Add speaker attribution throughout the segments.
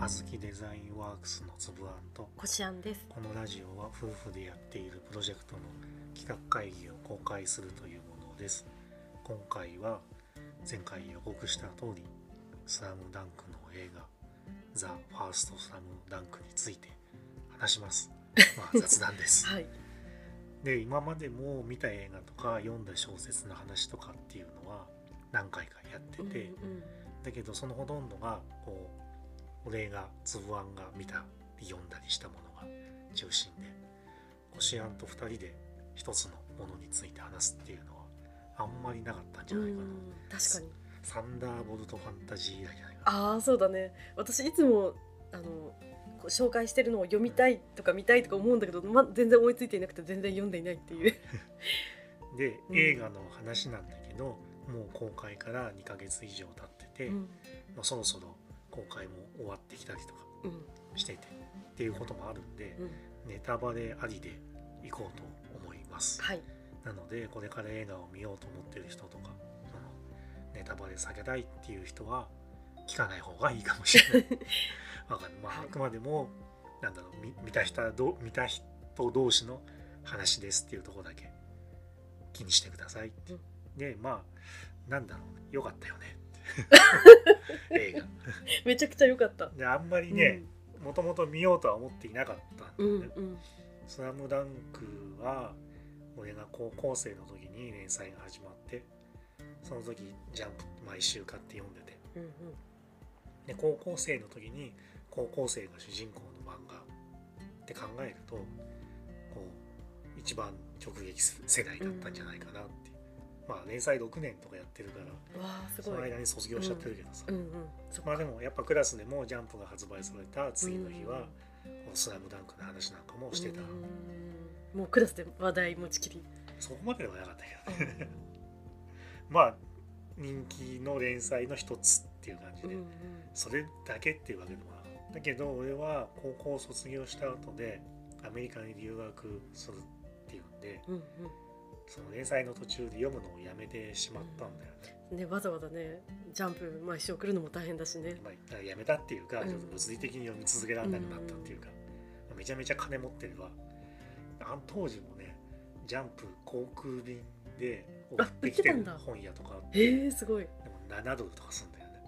Speaker 1: あずきデザインワークスのつぶあんと
Speaker 2: こしあんです
Speaker 1: このラジオは夫婦でやっているプロジェクトの企画会議を公開するというものです今回は前回予告した通りスラムダンクの映画ザ・ファーストスラムダンクについて話しますまあ雑談です
Speaker 2: はい
Speaker 1: で今までも見た映画とか読んだ小説の話とかっていうのは何回かやってて、
Speaker 2: うんうん
Speaker 1: だけどそのほとんどがこう俺がつぶあんが見たり読んだりしたものが中心でこしあんと2人で一つのものについて話すっていうのはあんまりなかったんじゃないかな、
Speaker 2: うん確かに
Speaker 1: サンダーボルトファンタジー以来じゃないかな
Speaker 2: ああそうだね私いつもあのこう紹介してるのを読みたいとか見たいとか思うんだけど、ま、全然追いついていなくて全然読んでいないっていう
Speaker 1: で
Speaker 2: うん
Speaker 1: 映画の話なんだけどもう公開から2ヶ月以上経ってて、
Speaker 2: うん
Speaker 1: まあ、そろそろ公開も終わってきたりとか
Speaker 2: うん
Speaker 1: しててっていうこともあるんで
Speaker 2: うん
Speaker 1: ネタバレありでいこうと思います。
Speaker 2: はい
Speaker 1: なのでこれから映画を見ようと思ってる人とかそのネタバレ避けたいっていう人は聞かない方がいいかもしれない。 わかんないまあ、
Speaker 2: はい
Speaker 1: あくまでもなんだろう見見た人ど見た人同士の話ですっていうところだけ気にしてくださいって
Speaker 2: うん
Speaker 1: でまあなんだろうよかったよねって 映画。
Speaker 2: めちゃくちゃ良かった
Speaker 1: であんまりねもともと見ようとは思っていなかったんだ
Speaker 2: う
Speaker 1: よ
Speaker 2: ん
Speaker 1: ね。
Speaker 2: うん
Speaker 1: スラムダンクは俺が高校生の時に連載が始まってその時ジャンプ毎週買って読んでて
Speaker 2: うん
Speaker 1: で高校生の時に高校生が主人公の漫画って考えるとこう一番直撃する世代だったんじゃないかなって、まあ連載6年とかやってるから
Speaker 2: うんわあす
Speaker 1: そ
Speaker 2: ご
Speaker 1: の
Speaker 2: い
Speaker 1: 間に卒業しちゃってるけどさ、
Speaker 2: うんうんそっ
Speaker 1: まあ
Speaker 2: か
Speaker 1: でもやっぱクラスでもジャンプが発売された次の日は、こうスラムダンクの話なんかもしてた、
Speaker 2: うんもうクラスで話題持ちき り
Speaker 1: そこまでではなかったけどねまあ人気の連載の一つっていう感じ
Speaker 2: うん
Speaker 1: で、
Speaker 2: うん
Speaker 1: それだけっていうわけでもなかっただけど俺は高校を卒業した後でアメリカに留学するっていうんで
Speaker 2: うん
Speaker 1: その連載の途中で読むのをやめてしまったんだよね、
Speaker 2: うんねわざわざねジャンプ毎週送るのも大変だしね
Speaker 1: まあ、だからやめたっていうか
Speaker 2: うん
Speaker 1: ちょっと物理的に読み続けられなくなったっていうか、まあめちゃめちゃ金持ってればあの当時もねジャンプ航空便で送ってきて
Speaker 2: あ売ってたん
Speaker 1: る
Speaker 2: だ
Speaker 1: 本屋とかあって
Speaker 2: えー、すごい
Speaker 1: でも7ドルとかすんだよね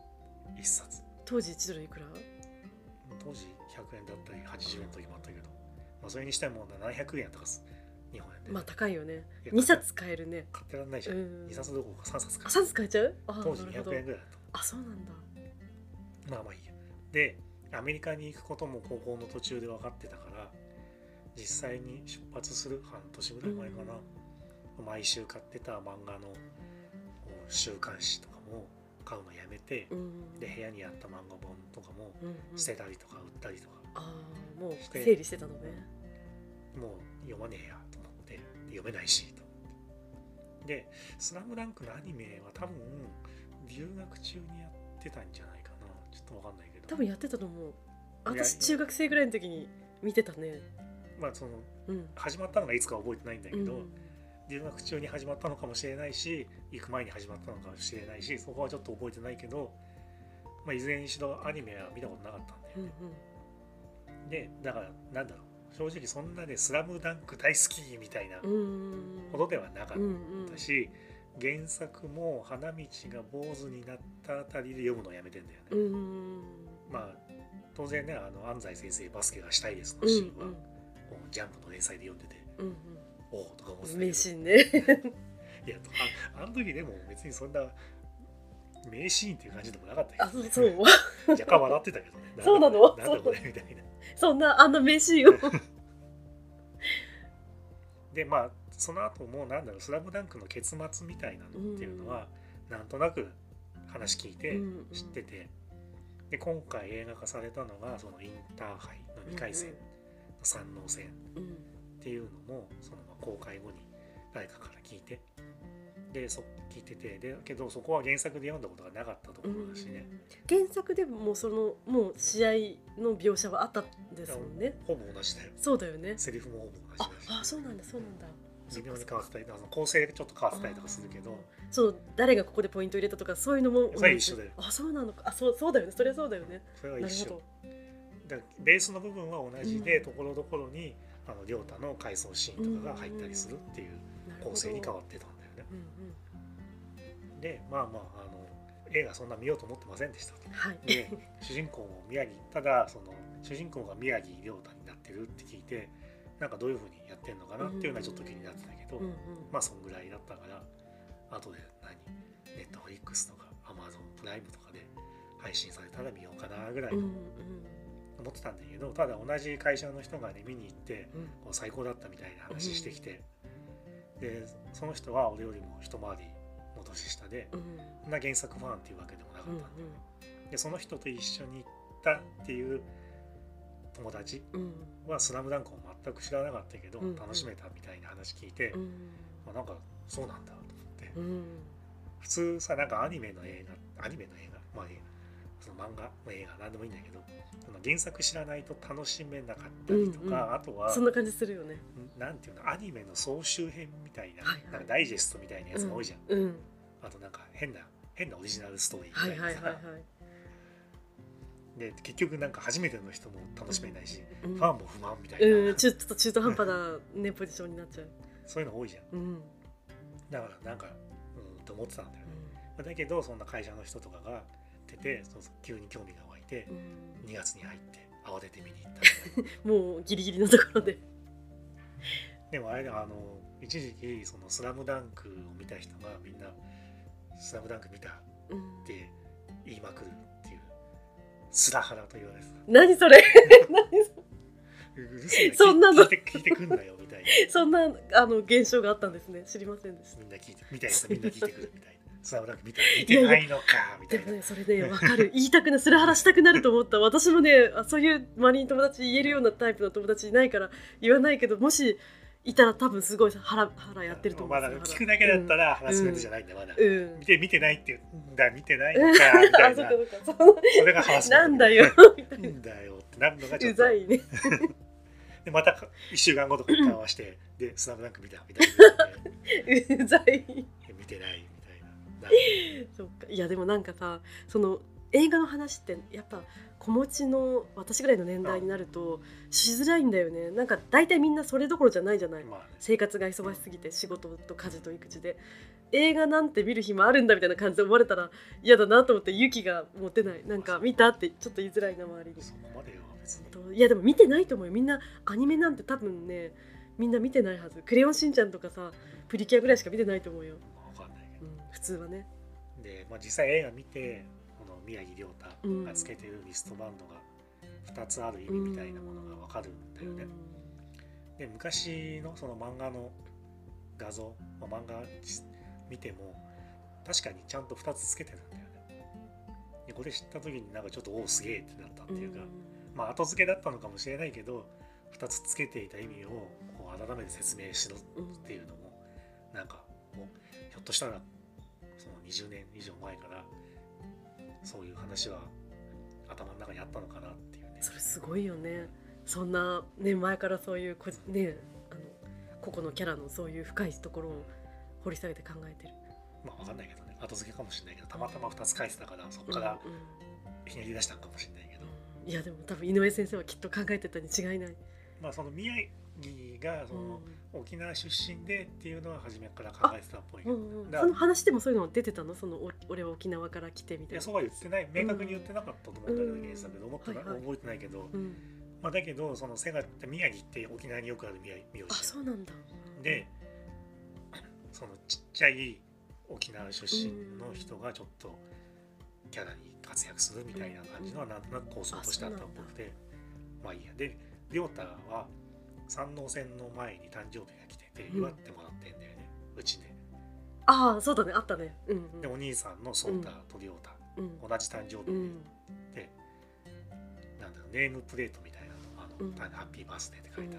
Speaker 1: 1冊
Speaker 2: 当時1ドルいくら
Speaker 1: 当時100円だったり80円の時もあったけど、まあ、それにしても700円とかす日本円で、
Speaker 2: まあ高いよね
Speaker 1: いや
Speaker 2: 2冊買えるね
Speaker 1: 買ってらんないじゃ、
Speaker 2: うんん
Speaker 1: 2冊どころか3冊か
Speaker 2: あ3冊買えちゃうあ
Speaker 1: 当時
Speaker 2: ーなる
Speaker 1: 200
Speaker 2: ほど
Speaker 1: 円ぐらいだっ
Speaker 2: あそうなんだ
Speaker 1: たまあまあいいやでアメリカに行くことも高校の途中で分かってたから実際に出発する半年ぐらい前かな、毎週買ってた漫画のこう週刊誌とかも買うのやめて、
Speaker 2: うん
Speaker 1: で部屋にあった漫画本とかも
Speaker 2: うんうん
Speaker 1: 捨てたりとか売ったりとか、
Speaker 2: ああもう
Speaker 1: して
Speaker 2: 整理してたのね
Speaker 1: もう読まねえやと思って読めないしと思ってで「スラムダンクのアニメは多分留学中にやってたんじゃないかなちょっとわかんないけど
Speaker 2: 多分やってたと思う
Speaker 1: いや
Speaker 2: 私中学生ぐらいの時に見てたね
Speaker 1: まあその
Speaker 2: うん
Speaker 1: 始まったのがいつか覚えてないんだけど、
Speaker 2: うん
Speaker 1: 留学中に始まったのかもしれないし行く前に始まったのかもしれないしそこはちょっと覚えてないけど、まあ、いずれにしろアニメは見たことなかったんだよ
Speaker 2: うんう
Speaker 1: ね
Speaker 2: ん、
Speaker 1: でだからなんだろう正直そんなで「スラムダンク大好きみたいな
Speaker 2: うんうん
Speaker 1: ほどではなかった
Speaker 2: うんうん
Speaker 1: だし原作も花道が坊主になったあたりで読むのをやめてんだよね、
Speaker 2: うんうん
Speaker 1: まあ当然ねあの安西先生バスケがしたいです
Speaker 2: う
Speaker 1: の
Speaker 2: ん
Speaker 1: シーンは、
Speaker 2: うん
Speaker 1: こうジャンプの連載で読んでて
Speaker 2: うん
Speaker 1: おおとか思って
Speaker 2: う
Speaker 1: たけ
Speaker 2: ん名
Speaker 1: ど
Speaker 2: シーンね
Speaker 1: いやああの時でも別にそんな名シーンっていう感じでもなかったけど
Speaker 2: あそうそう
Speaker 1: 若干笑ってたけどねんだ
Speaker 2: そうなの
Speaker 1: なんだこれみたいな
Speaker 2: そんなあんな名シーンを
Speaker 1: でまあその後もなんだろう「スラムダンクの結末みたいなのっていうのは、なんとなく話聞いて、
Speaker 2: うんうん
Speaker 1: 知っててで今回映画化されたのがそのインターハイの2回戦、
Speaker 2: うんうん
Speaker 1: 三能戦
Speaker 2: うん
Speaker 1: っていうのもそのまあ公開後に誰かから聞いてでそ聞いててでけどそこは原作で読んだことがなかったところだしね、
Speaker 2: 原作でもそのもう試合の描写はあったんですもんね
Speaker 1: ほぼ同じだよ
Speaker 2: そうだよね
Speaker 1: セリフもほぼ同
Speaker 2: あ
Speaker 1: じだし
Speaker 2: あそうなんだそうなんだ
Speaker 1: 微妙に変わってたりあの構成ちょっと変わってたりとかするけど
Speaker 2: その誰がここでポイント入れたとかそういうのも
Speaker 1: それは一緒だよ
Speaker 2: あそうなのかあそうそうだよねそれはそうだよね
Speaker 1: それは
Speaker 2: なる
Speaker 1: 一
Speaker 2: ほ
Speaker 1: 緒
Speaker 2: ど
Speaker 1: だベースの部分は同じでところどころにあの亮太の回想シーンとかが入ったりするっていう
Speaker 2: なるほど
Speaker 1: 構成に変わってたんだよね。
Speaker 2: うんうん
Speaker 1: でまあまああの映画そんな見ようと思ってませんでしたと。
Speaker 2: はい
Speaker 1: で 主人公も宮城ただその主人公が宮城亮太になってるって聞いてなんかどういうふうにやってんのかなっていうのはちょっと気になってたけど、
Speaker 2: うんうん
Speaker 1: まあそんぐらいだったから後で何ネットフリックスとかアマゾンプライムとかで配信されたら見ようかなぐらい
Speaker 2: うんう
Speaker 1: 思
Speaker 2: ん
Speaker 1: ってたんだけど、ただ同じ会社の人がね見に行って
Speaker 2: うん
Speaker 1: こう最高だったみたいな話してきて、でその人は俺よりも一回りも年下で
Speaker 2: うんうん
Speaker 1: そんな原作ファンっていうわけでもなかった
Speaker 2: うんん
Speaker 1: で、でその人と一緒に行ったっていう友達
Speaker 2: うん
Speaker 1: は「スラムダンクを全く知らなかったけど
Speaker 2: うんうん
Speaker 1: 楽しめたみたいな話聞いて、
Speaker 2: うん
Speaker 1: まあ、なんかそうなんだと思って
Speaker 2: うんうん
Speaker 1: 普通さなんかアニメの映画アニメの映画まあ映画その漫画の映画何でもいいんだけどその原作知らないと楽しめなかったりとか、
Speaker 2: うんうん
Speaker 1: あとは
Speaker 2: そんな感じするよね。
Speaker 1: なんていうのアニメの総集編みたいな,、
Speaker 2: はいはい
Speaker 1: なんかダイジェストみたいなやつが多いじゃん、
Speaker 2: うん。うん
Speaker 1: あとなんか変な変なオリジナルストーリーみ
Speaker 2: は
Speaker 1: たい
Speaker 2: い
Speaker 1: な
Speaker 2: はい
Speaker 1: さ、
Speaker 2: はいはい。
Speaker 1: で結局なんか初めての人も楽しめないし、
Speaker 2: うん
Speaker 1: ファンも不満みたいな、
Speaker 2: うん、ちょちょっと中途半端なねポジションになっちゃう。
Speaker 1: そういうの多いじゃん
Speaker 2: うん。
Speaker 1: だからなんかうんと思ってたんだよね、だけどそんな会社の人とかが出てそうそう急に興味が湧いて
Speaker 2: う、ん
Speaker 1: 2月に入って慌てて見に行った みたい
Speaker 2: もうギリギリのところで。
Speaker 1: なでもあれだあの一時期「そのスラムダンクを見た人がみんな「スラムダンク見た」っ
Speaker 2: うん
Speaker 1: て言いまくるっていうスラハラと言われてた
Speaker 2: 何それ 何それ
Speaker 1: うるせえ聞い
Speaker 2: そんなの
Speaker 1: 聞いて聞いてくんなよみたいな
Speaker 2: そんなあの現象があったんですね知りませんでした
Speaker 1: みんな聞いてみたいなみんな聞いてくるみたいな「スラムダンク見た見てないのか」みた
Speaker 2: で
Speaker 1: いな
Speaker 2: もねそ れねわかる言いたくなスラハラしたくなると思った私もねあそういう周りに友達言えるようなタイプの友達いないから言わないけどもしいたら多分すごい腹腹やってると思う
Speaker 1: まだ聞くだけだった
Speaker 2: ら
Speaker 1: らハラスメントじゃないんだまだ、
Speaker 2: うん、うん
Speaker 1: 見て見てないって言うんだ見てないのかみた
Speaker 2: あ
Speaker 1: い
Speaker 2: そっ
Speaker 1: な
Speaker 2: かそっかそ
Speaker 1: それがハラス
Speaker 2: う
Speaker 1: メント
Speaker 2: なん だよみたい
Speaker 1: なんだよってなるのがち
Speaker 2: な
Speaker 1: ょ
Speaker 2: う
Speaker 1: っと
Speaker 2: ざいね
Speaker 1: でまた1週間後とかに会話して「でスラムダンク見た」みたいな
Speaker 2: うざい
Speaker 1: 「見てない」みたいなな
Speaker 2: そっかいやでもなんかさその映画の話ってやっぱ子持ちの私ぐらいの年代になるとしづらいんだよねなんか大体みんなそれどころじゃないじゃない
Speaker 1: まあね
Speaker 2: 生活が忙しすぎて仕事と家事と育児で映画なんて見る暇あるんだみたいな感じで思われたら嫌だなと思って勇気が持てないなんか見たってちょっと言いづらいな周りに
Speaker 1: そこまでは別に
Speaker 2: といやでも見てないと思うよみんなアニメなんて多分ねみんな見てないはず「クレヨンしんちゃん」とかさプリキュアぐらいしか見てないと思うよ、
Speaker 1: 分かんないけ
Speaker 2: うん、普通はね
Speaker 1: どで、まあ、実際映画見てこの宮城亮太がつけてるリストバンドが2つある意味みたいなものが分かるんだよね、で昔のその漫画の画像、まあ、漫画じ見ても確かにちゃんと2つつけてたんだよねでこれ知った時になんかちょっとおおすげえってなったっていうか、まあ後付けだったのかもしれないけど2つつけていた意味をこう改めて説明しろっていうのもなんかこうひょっとしたらその20年以上前からそういう話は頭の中にあったのかなっていうね
Speaker 2: それすごいよねそんな、ね、前からそういうこじねあの個々のキャラのそういう深いところを掘り下げて考えてる
Speaker 1: まあ分かんないけどね後付けかもしれないけどたまたま2つ書いてたからそこから
Speaker 2: うんうん
Speaker 1: ひねり出したのかもしれないけど、
Speaker 2: いやでも多分井上先生はきっと考えてたに違いない。
Speaker 1: まあその宮城がその
Speaker 2: う
Speaker 1: 沖縄出身でっていうのは初めから考えてたっぽいけど、
Speaker 2: んうん
Speaker 1: だ
Speaker 2: その話でもそういうの出てたのそのお俺は沖縄から来てみ
Speaker 1: い
Speaker 2: たい
Speaker 1: や
Speaker 2: な。
Speaker 1: そうは言ってない明確に言ってなかったと思うんだけど、
Speaker 2: うん
Speaker 1: 原作で思ったら
Speaker 2: はいはい
Speaker 1: 覚えてないけど、
Speaker 2: うん、
Speaker 1: まあ、だけどその瀬賀って宮城って沖縄によくある宮城名
Speaker 2: あ
Speaker 1: 字じ
Speaker 2: そ
Speaker 1: ゃ
Speaker 2: うんなんだ。
Speaker 1: でそのちっちゃい沖縄出身の人がちょっとキャラに活躍するみたいな感じのはなんとなく構想としてあったっぽくてまあいいやで亮太は山王戦の前に誕生日が来てて
Speaker 2: うん
Speaker 1: 祝ってもらってんだよね、うちで
Speaker 2: ああそうだねあったね。うんうん
Speaker 1: でお兄さんの颯太と亮太、
Speaker 2: うん
Speaker 1: 同じ誕生日
Speaker 2: う
Speaker 1: で、
Speaker 2: ん
Speaker 1: なんだろうネームプレートみたいなのあの、
Speaker 2: うん
Speaker 1: ハッピーバースデーって書いて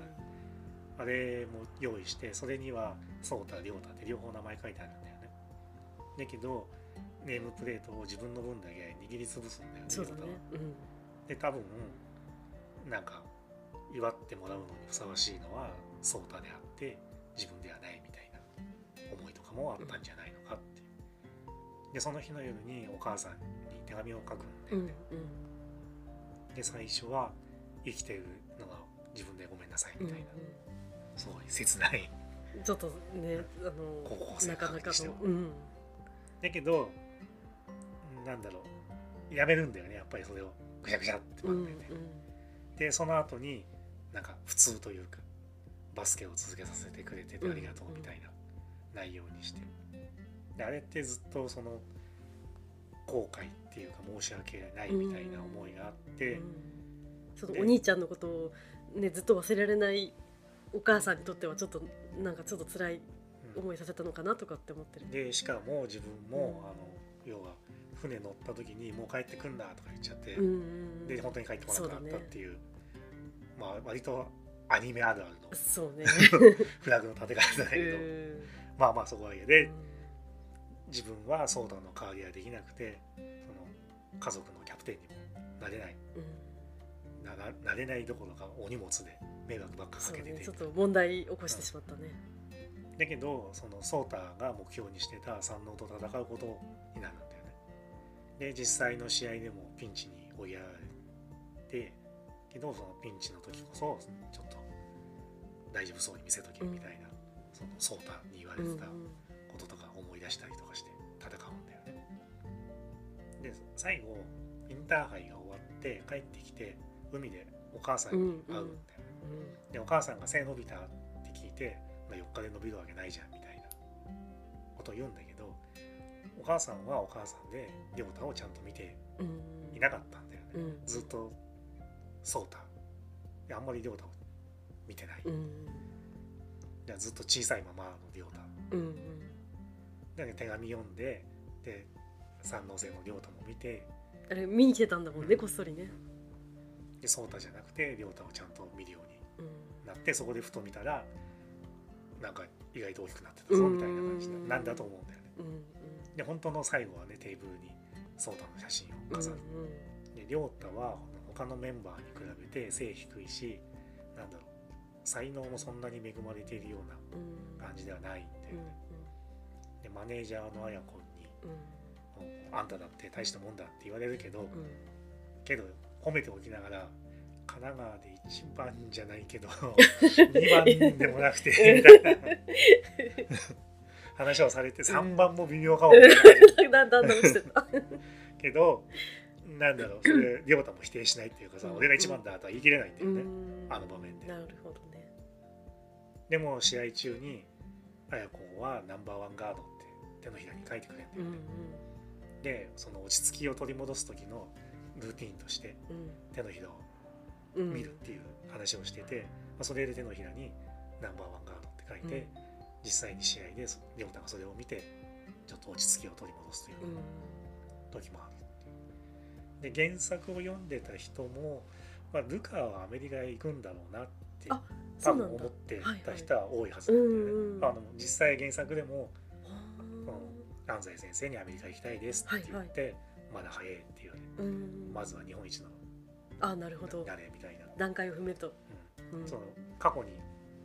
Speaker 1: ある、あれも用意してそれには颯太亮太って両方名前書いてあるんだよねだけどネームプレートを自分の分だけ握りつぶすんだよね
Speaker 2: そうだね
Speaker 1: 亮太は。
Speaker 2: うん
Speaker 1: で多分なんか祝ってもらうのにふさわしいのは颯太であって自分ではないみたいな思いとかもあったんじゃないのかっていうでその日の夜にお母さんに手紙を書くんだ
Speaker 2: う
Speaker 1: よ
Speaker 2: ん
Speaker 1: ね、で最初は生きてるのが自分でごめんなさい
Speaker 2: うん
Speaker 1: みたいな、すごい切ない
Speaker 2: ちょっとねあ
Speaker 1: 高校
Speaker 2: の
Speaker 1: 生
Speaker 2: なかな
Speaker 1: 感
Speaker 2: か
Speaker 1: にして
Speaker 2: の
Speaker 1: も、
Speaker 2: うん、
Speaker 1: だけどなんだろうやめるんだよねやっぱりそれをぐしゃぐしゃって
Speaker 2: うん
Speaker 1: なってね、でその後になんか普通というかバスケを続けさせてくれててありがとうみたいな内容にしてであれってずっとその後悔っていうか申し訳ないみたいな思いがあって、
Speaker 2: うんその
Speaker 1: で
Speaker 2: お兄ちゃんのことをねずっと忘れられないお母さんにとってはちょっとなんかちょっと辛い
Speaker 1: うん
Speaker 2: 思いさせたのかなとかって思ってる。
Speaker 1: でしかも自分も、
Speaker 2: うん
Speaker 1: あの要は船乗った時に「もう帰ってくんな」とか言っちゃって、
Speaker 2: うんうん
Speaker 1: で本当に帰ってこなくな
Speaker 2: そう
Speaker 1: っ
Speaker 2: だ
Speaker 1: た
Speaker 2: ね
Speaker 1: っていうまあ割とアニメあるあるの
Speaker 2: そうね。
Speaker 1: フラグの立て方だけど、
Speaker 2: うん
Speaker 1: まあまあそこはで自分はソーダの代わりはできなくてその家族のキャプテンにもなれない
Speaker 2: うん
Speaker 1: なななれないどころかお荷物で迷惑ばっかか
Speaker 2: そう
Speaker 1: けて
Speaker 2: ね
Speaker 1: て、
Speaker 2: ちょっと問題起こしてしまったね。
Speaker 1: だけどそのソータが目標にしてた山王と戦うことになるんだよねで実際の試合でもピンチに追いやられてけどそのピンチの時こそちょっと大丈夫そうに見せとけみたいな、そのソータに言われ
Speaker 2: う
Speaker 1: て
Speaker 2: んう
Speaker 1: た
Speaker 2: ん
Speaker 1: こととか思い出したりとかして戦うんだよね。で最後インターハイが終わって帰ってきて海でお母さんに会うんだよね。でお母さんが背伸びたって聞いて、まあ、4日で伸びるわけないじゃんみたいなことを言うんだけどお母さんはお母さんで亮太をちゃんと見て
Speaker 2: うん
Speaker 1: いなかったんだよね。
Speaker 2: うん
Speaker 1: ずっと颯太であんまり亮太を見てない。
Speaker 2: うん
Speaker 1: でずっと小さいままの亮太
Speaker 2: うんうん
Speaker 1: で手紙読んでで三能星の亮太も見て
Speaker 2: あれ見に来てたんだもん
Speaker 1: う
Speaker 2: ね
Speaker 1: ん
Speaker 2: こっそりね。
Speaker 1: で颯太じゃなくて亮太をちゃんと見るように
Speaker 2: うん
Speaker 1: なってそこでふと見たらなんか意外と大きくなってたぞみたいな感じで
Speaker 2: うん
Speaker 1: なんだと思うんだよね
Speaker 2: うんうん
Speaker 1: で本当の最後はねテーブルに颯太の写真を飾る
Speaker 2: うんうん
Speaker 1: で亮太は他のメンバーに比べて背低いしなんだろう才能もそんなに恵まれているよう
Speaker 2: うん
Speaker 1: な感じではないんだ
Speaker 2: う
Speaker 1: よ
Speaker 2: ん
Speaker 1: ねでマネージャーの綾子に「
Speaker 2: う
Speaker 1: あんただって大したもんだ」って言われるけど、
Speaker 2: んうん
Speaker 1: けど褒めておきながら神奈川で一番じゃない けど2番でもなくてみたいな話をされて3番も微妙かもみたいな
Speaker 2: だんだんだん落ちてた。
Speaker 1: けどなんだろうそれ亮太も否定しないっていうかさ
Speaker 2: うん
Speaker 1: 俺が一番だとは言い切れないんだ
Speaker 2: う
Speaker 1: よね
Speaker 2: ん
Speaker 1: あの場面で
Speaker 2: なるほどね。
Speaker 1: でも試合中に綾子はナンバーワンガードって手のひらに書いてくれて
Speaker 2: うんうん
Speaker 1: でその落ち着きを取り戻す時のルーティンとして手のひらを
Speaker 2: うんうん
Speaker 1: 見るっていう話をしてて、まあ、それで手のひらにナンバーワンガードって書いて、
Speaker 2: うん
Speaker 1: 実際に試合でそ亮太がそれを見てちょっと落ち着きを取り戻すという
Speaker 2: うん
Speaker 1: 時もあるっていうで原作を読んでた人も、まあ、ルカはアメリカへ行くんだろうなって
Speaker 2: あそ
Speaker 1: 多
Speaker 2: うな
Speaker 1: 分
Speaker 2: んだ
Speaker 1: 思っ。て
Speaker 2: はい
Speaker 1: た
Speaker 2: はい
Speaker 1: 人は多いはずなんだよね、
Speaker 2: うんうん
Speaker 1: あの実際原作でも
Speaker 2: は
Speaker 1: 安西先生にアメリカ行きたいですって言って、まだ早いって言われ
Speaker 2: あうん
Speaker 1: まずは日本一の
Speaker 2: あなるほど
Speaker 1: なれみたいな。
Speaker 2: 段階を踏めと。
Speaker 1: うん
Speaker 2: うん
Speaker 1: その過去に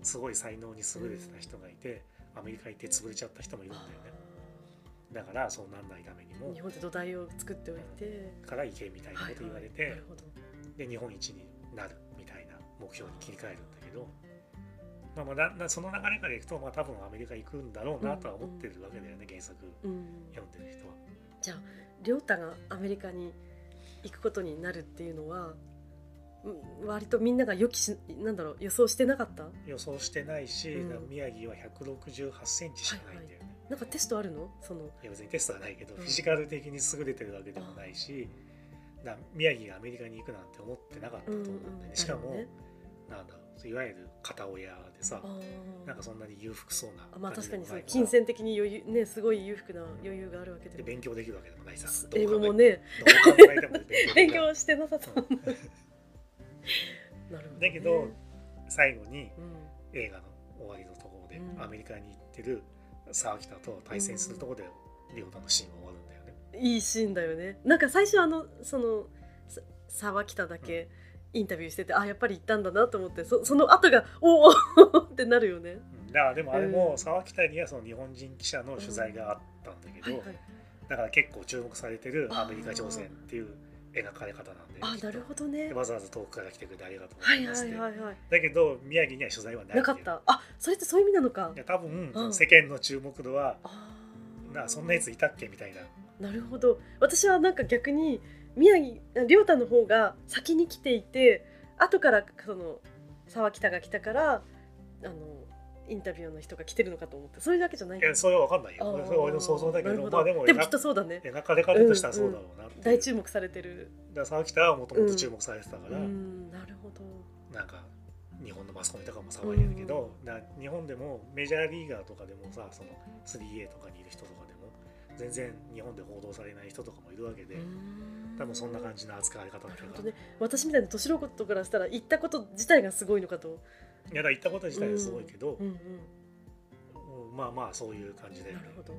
Speaker 1: すごい才能に優れてた人がいて、アメリカ行って潰れちゃった人もいるんだよねだからそうなんないために
Speaker 2: あー
Speaker 1: も
Speaker 2: 日本で土台を作っておいて。
Speaker 1: から行けみたいなこと言われて、
Speaker 2: はいはいなるほど。
Speaker 1: で日本一になるみたいな目標に切り替えるんだけど、まあ、まあななその流れからいくと、まあ、多分アメリカ行くんだろうなとは思ってるわけだよね、原作
Speaker 2: うん。
Speaker 1: 読んでる人は。
Speaker 2: じゃあ亮太がアメリカに行くことになるっていうのは。うん割とみんなが予期しなんだろう予想してなかった
Speaker 1: 予想してないし、
Speaker 2: うん
Speaker 1: 宮城は168センチしかないんだよね。
Speaker 2: なんかテストあるのその
Speaker 1: いや別にテストはないけど、
Speaker 2: うん
Speaker 1: フィジカル的に優れてるわけでもないし、な宮城がアメリカに行くなんて思ってなかったと思うんだよね、
Speaker 2: うんうん
Speaker 1: しかも、
Speaker 2: なる
Speaker 1: なんだろういわゆる片親でさ
Speaker 2: あー
Speaker 1: なんかそんなに裕福そうな
Speaker 2: あまあ
Speaker 1: 感じで
Speaker 2: 確か
Speaker 1: もない
Speaker 2: にその
Speaker 1: ら
Speaker 2: 金銭的に余裕ねすごい裕福な余裕があるわけで
Speaker 1: で
Speaker 2: も
Speaker 1: 勉強できるわけでもないさ
Speaker 2: 英語も
Speaker 1: どう考
Speaker 2: ね
Speaker 1: えどう考えても
Speaker 2: 勉
Speaker 1: 勉強
Speaker 2: 強してなさそう
Speaker 1: うん
Speaker 2: なるほど、ね、
Speaker 1: だけど最後に
Speaker 2: うん
Speaker 1: 映画の終わりのところで、
Speaker 2: うん
Speaker 1: アメリカに行ってる沢北と対戦するところで、リオタのシーンが終わるんだよね
Speaker 2: いいシーンだよねなんか最初あのそのさ沢北だけインタビューしてて、あやっぱり行ったんだなと思ってそその後がおおってなるよね
Speaker 1: うんだからでもあれも
Speaker 2: うん
Speaker 1: 沢北にはその日本人記者の取材があったんだけ
Speaker 2: はい
Speaker 1: ど、
Speaker 2: はい
Speaker 1: だから結構注目されてるアメリカ情勢っていう描かれ方なんで
Speaker 2: あなるほどね
Speaker 1: でわざわざ遠くから来てくれてありがとうご
Speaker 2: は
Speaker 1: ざい
Speaker 2: い
Speaker 1: ま
Speaker 2: は
Speaker 1: すって、
Speaker 2: いはいはい
Speaker 1: だけど宮城には取材はない
Speaker 2: なかったあそれってそういう意味なのか
Speaker 1: いや多分、
Speaker 2: うん
Speaker 1: 世間の注目度は
Speaker 2: あー
Speaker 1: なそんなやついたっけみたいな
Speaker 2: なるほど私はなんか逆に宮城あ亮太の方が先に来ていて後からその沢北が来たからあのインタビューの人が来てるのかと思ってそういうわけじゃない
Speaker 1: いやそれは分かんないよ
Speaker 2: あー
Speaker 1: それは俺の想像だけ
Speaker 2: な
Speaker 1: ど
Speaker 2: るほ
Speaker 1: まあでも
Speaker 2: でもきっとそうだね
Speaker 1: 描かれ方としてはそうだろうなっていう、
Speaker 2: 大注目されてる
Speaker 1: だから沢北はもともと注目されてたか
Speaker 2: う
Speaker 1: ら、
Speaker 2: んなるほど
Speaker 1: なんか日本のマスコミとかも騒いでるけど、な日本でもメジャーリーガーとかでもさその 3A とかにいる人とかでも全然日本で報道されない人とかもいるわけで、多分そんな感
Speaker 2: じ
Speaker 1: じの扱われ方っ
Speaker 2: な
Speaker 1: てい
Speaker 2: る
Speaker 1: う
Speaker 2: ほ
Speaker 1: か、
Speaker 2: どね私みたいな年のことからしたら行ったこと自体がすごいのかと、
Speaker 1: いやだから言ったこと自体はすごいけど
Speaker 2: う、んうん、
Speaker 1: うんまあまあそういう感じだよ
Speaker 2: な
Speaker 1: ね
Speaker 2: るほど、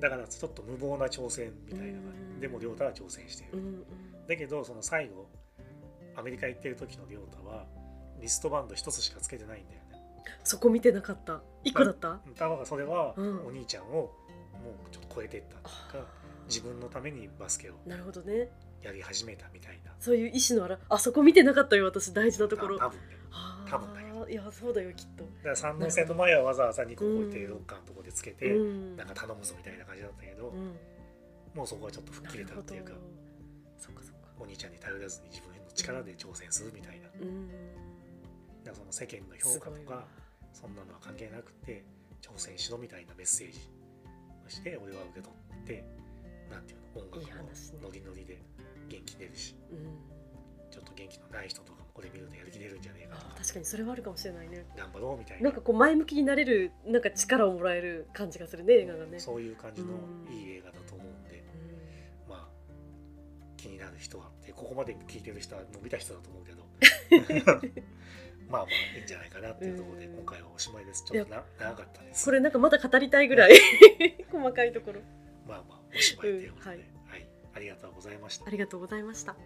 Speaker 1: だからちょっと無謀な挑戦みたいな感
Speaker 2: うん
Speaker 1: じでも亮太は挑戦している、
Speaker 2: うんうん、
Speaker 1: だけどその最後アメリカ行ってる時の亮太はリストバンド一つしかつけてないんだよね
Speaker 2: そこ見てなかった一個だった
Speaker 1: だからそれは
Speaker 2: うん
Speaker 1: お兄ちゃんをもうちょっと超えてったとか、自分のためにバスケを
Speaker 2: なるほどね
Speaker 1: やり始めたみたいな
Speaker 2: そういう意思のあらあそこ見てなかったよ私大事なところ
Speaker 1: た多分ね
Speaker 2: あー
Speaker 1: 多分だけど
Speaker 2: いやそうだよきっと
Speaker 1: だから三能線の前はわざわざ2個超えて
Speaker 2: うん
Speaker 1: ロッカーのとこでつけて、
Speaker 2: うん
Speaker 1: なんか頼むぞみたいな感じだったけど、
Speaker 2: うん
Speaker 1: もうそこはちょっと吹っ
Speaker 2: な
Speaker 1: 切
Speaker 2: る
Speaker 1: れた
Speaker 2: ほ
Speaker 1: っ
Speaker 2: ど
Speaker 1: ていうか
Speaker 2: そっかそっか
Speaker 1: お兄ちゃんに頼らずに自分の力で挑戦するみたいなだか
Speaker 2: うん
Speaker 1: らその世間の評価と
Speaker 2: すごい
Speaker 1: か
Speaker 2: わ
Speaker 1: そんなのは関係なくて挑戦しろみたいなメッセージとして俺は受け取ってなんていうの音楽
Speaker 2: いい話ね
Speaker 1: もノリノリで元気出るし
Speaker 2: うん
Speaker 1: ちょっと元気のない人とかもこれ見るとやる気出るんじゃねえかと
Speaker 2: あ
Speaker 1: か
Speaker 2: ー確かにそれはあるかもしれないね
Speaker 1: 頑張ろうみたい
Speaker 2: な
Speaker 1: なん
Speaker 2: かこう前向きになれるなんか力をもらえる感じがするね映画がね
Speaker 1: そういう感じの
Speaker 2: うん
Speaker 1: いい映画だと思うんで
Speaker 2: う
Speaker 1: まあ気になる人はでここまで聞いてる人は伸びた人だと思うけ どまあまあいいんじゃないかなっていうところで
Speaker 2: うん
Speaker 1: 今回はおしまいですちょっとな長かったで
Speaker 2: ん
Speaker 1: す
Speaker 2: これなんかまだ語りたいぐらい 細かいところ
Speaker 1: まあまあおしまいということで、
Speaker 2: うんはい
Speaker 1: はい、ありがとうございました
Speaker 2: ありがとうございました。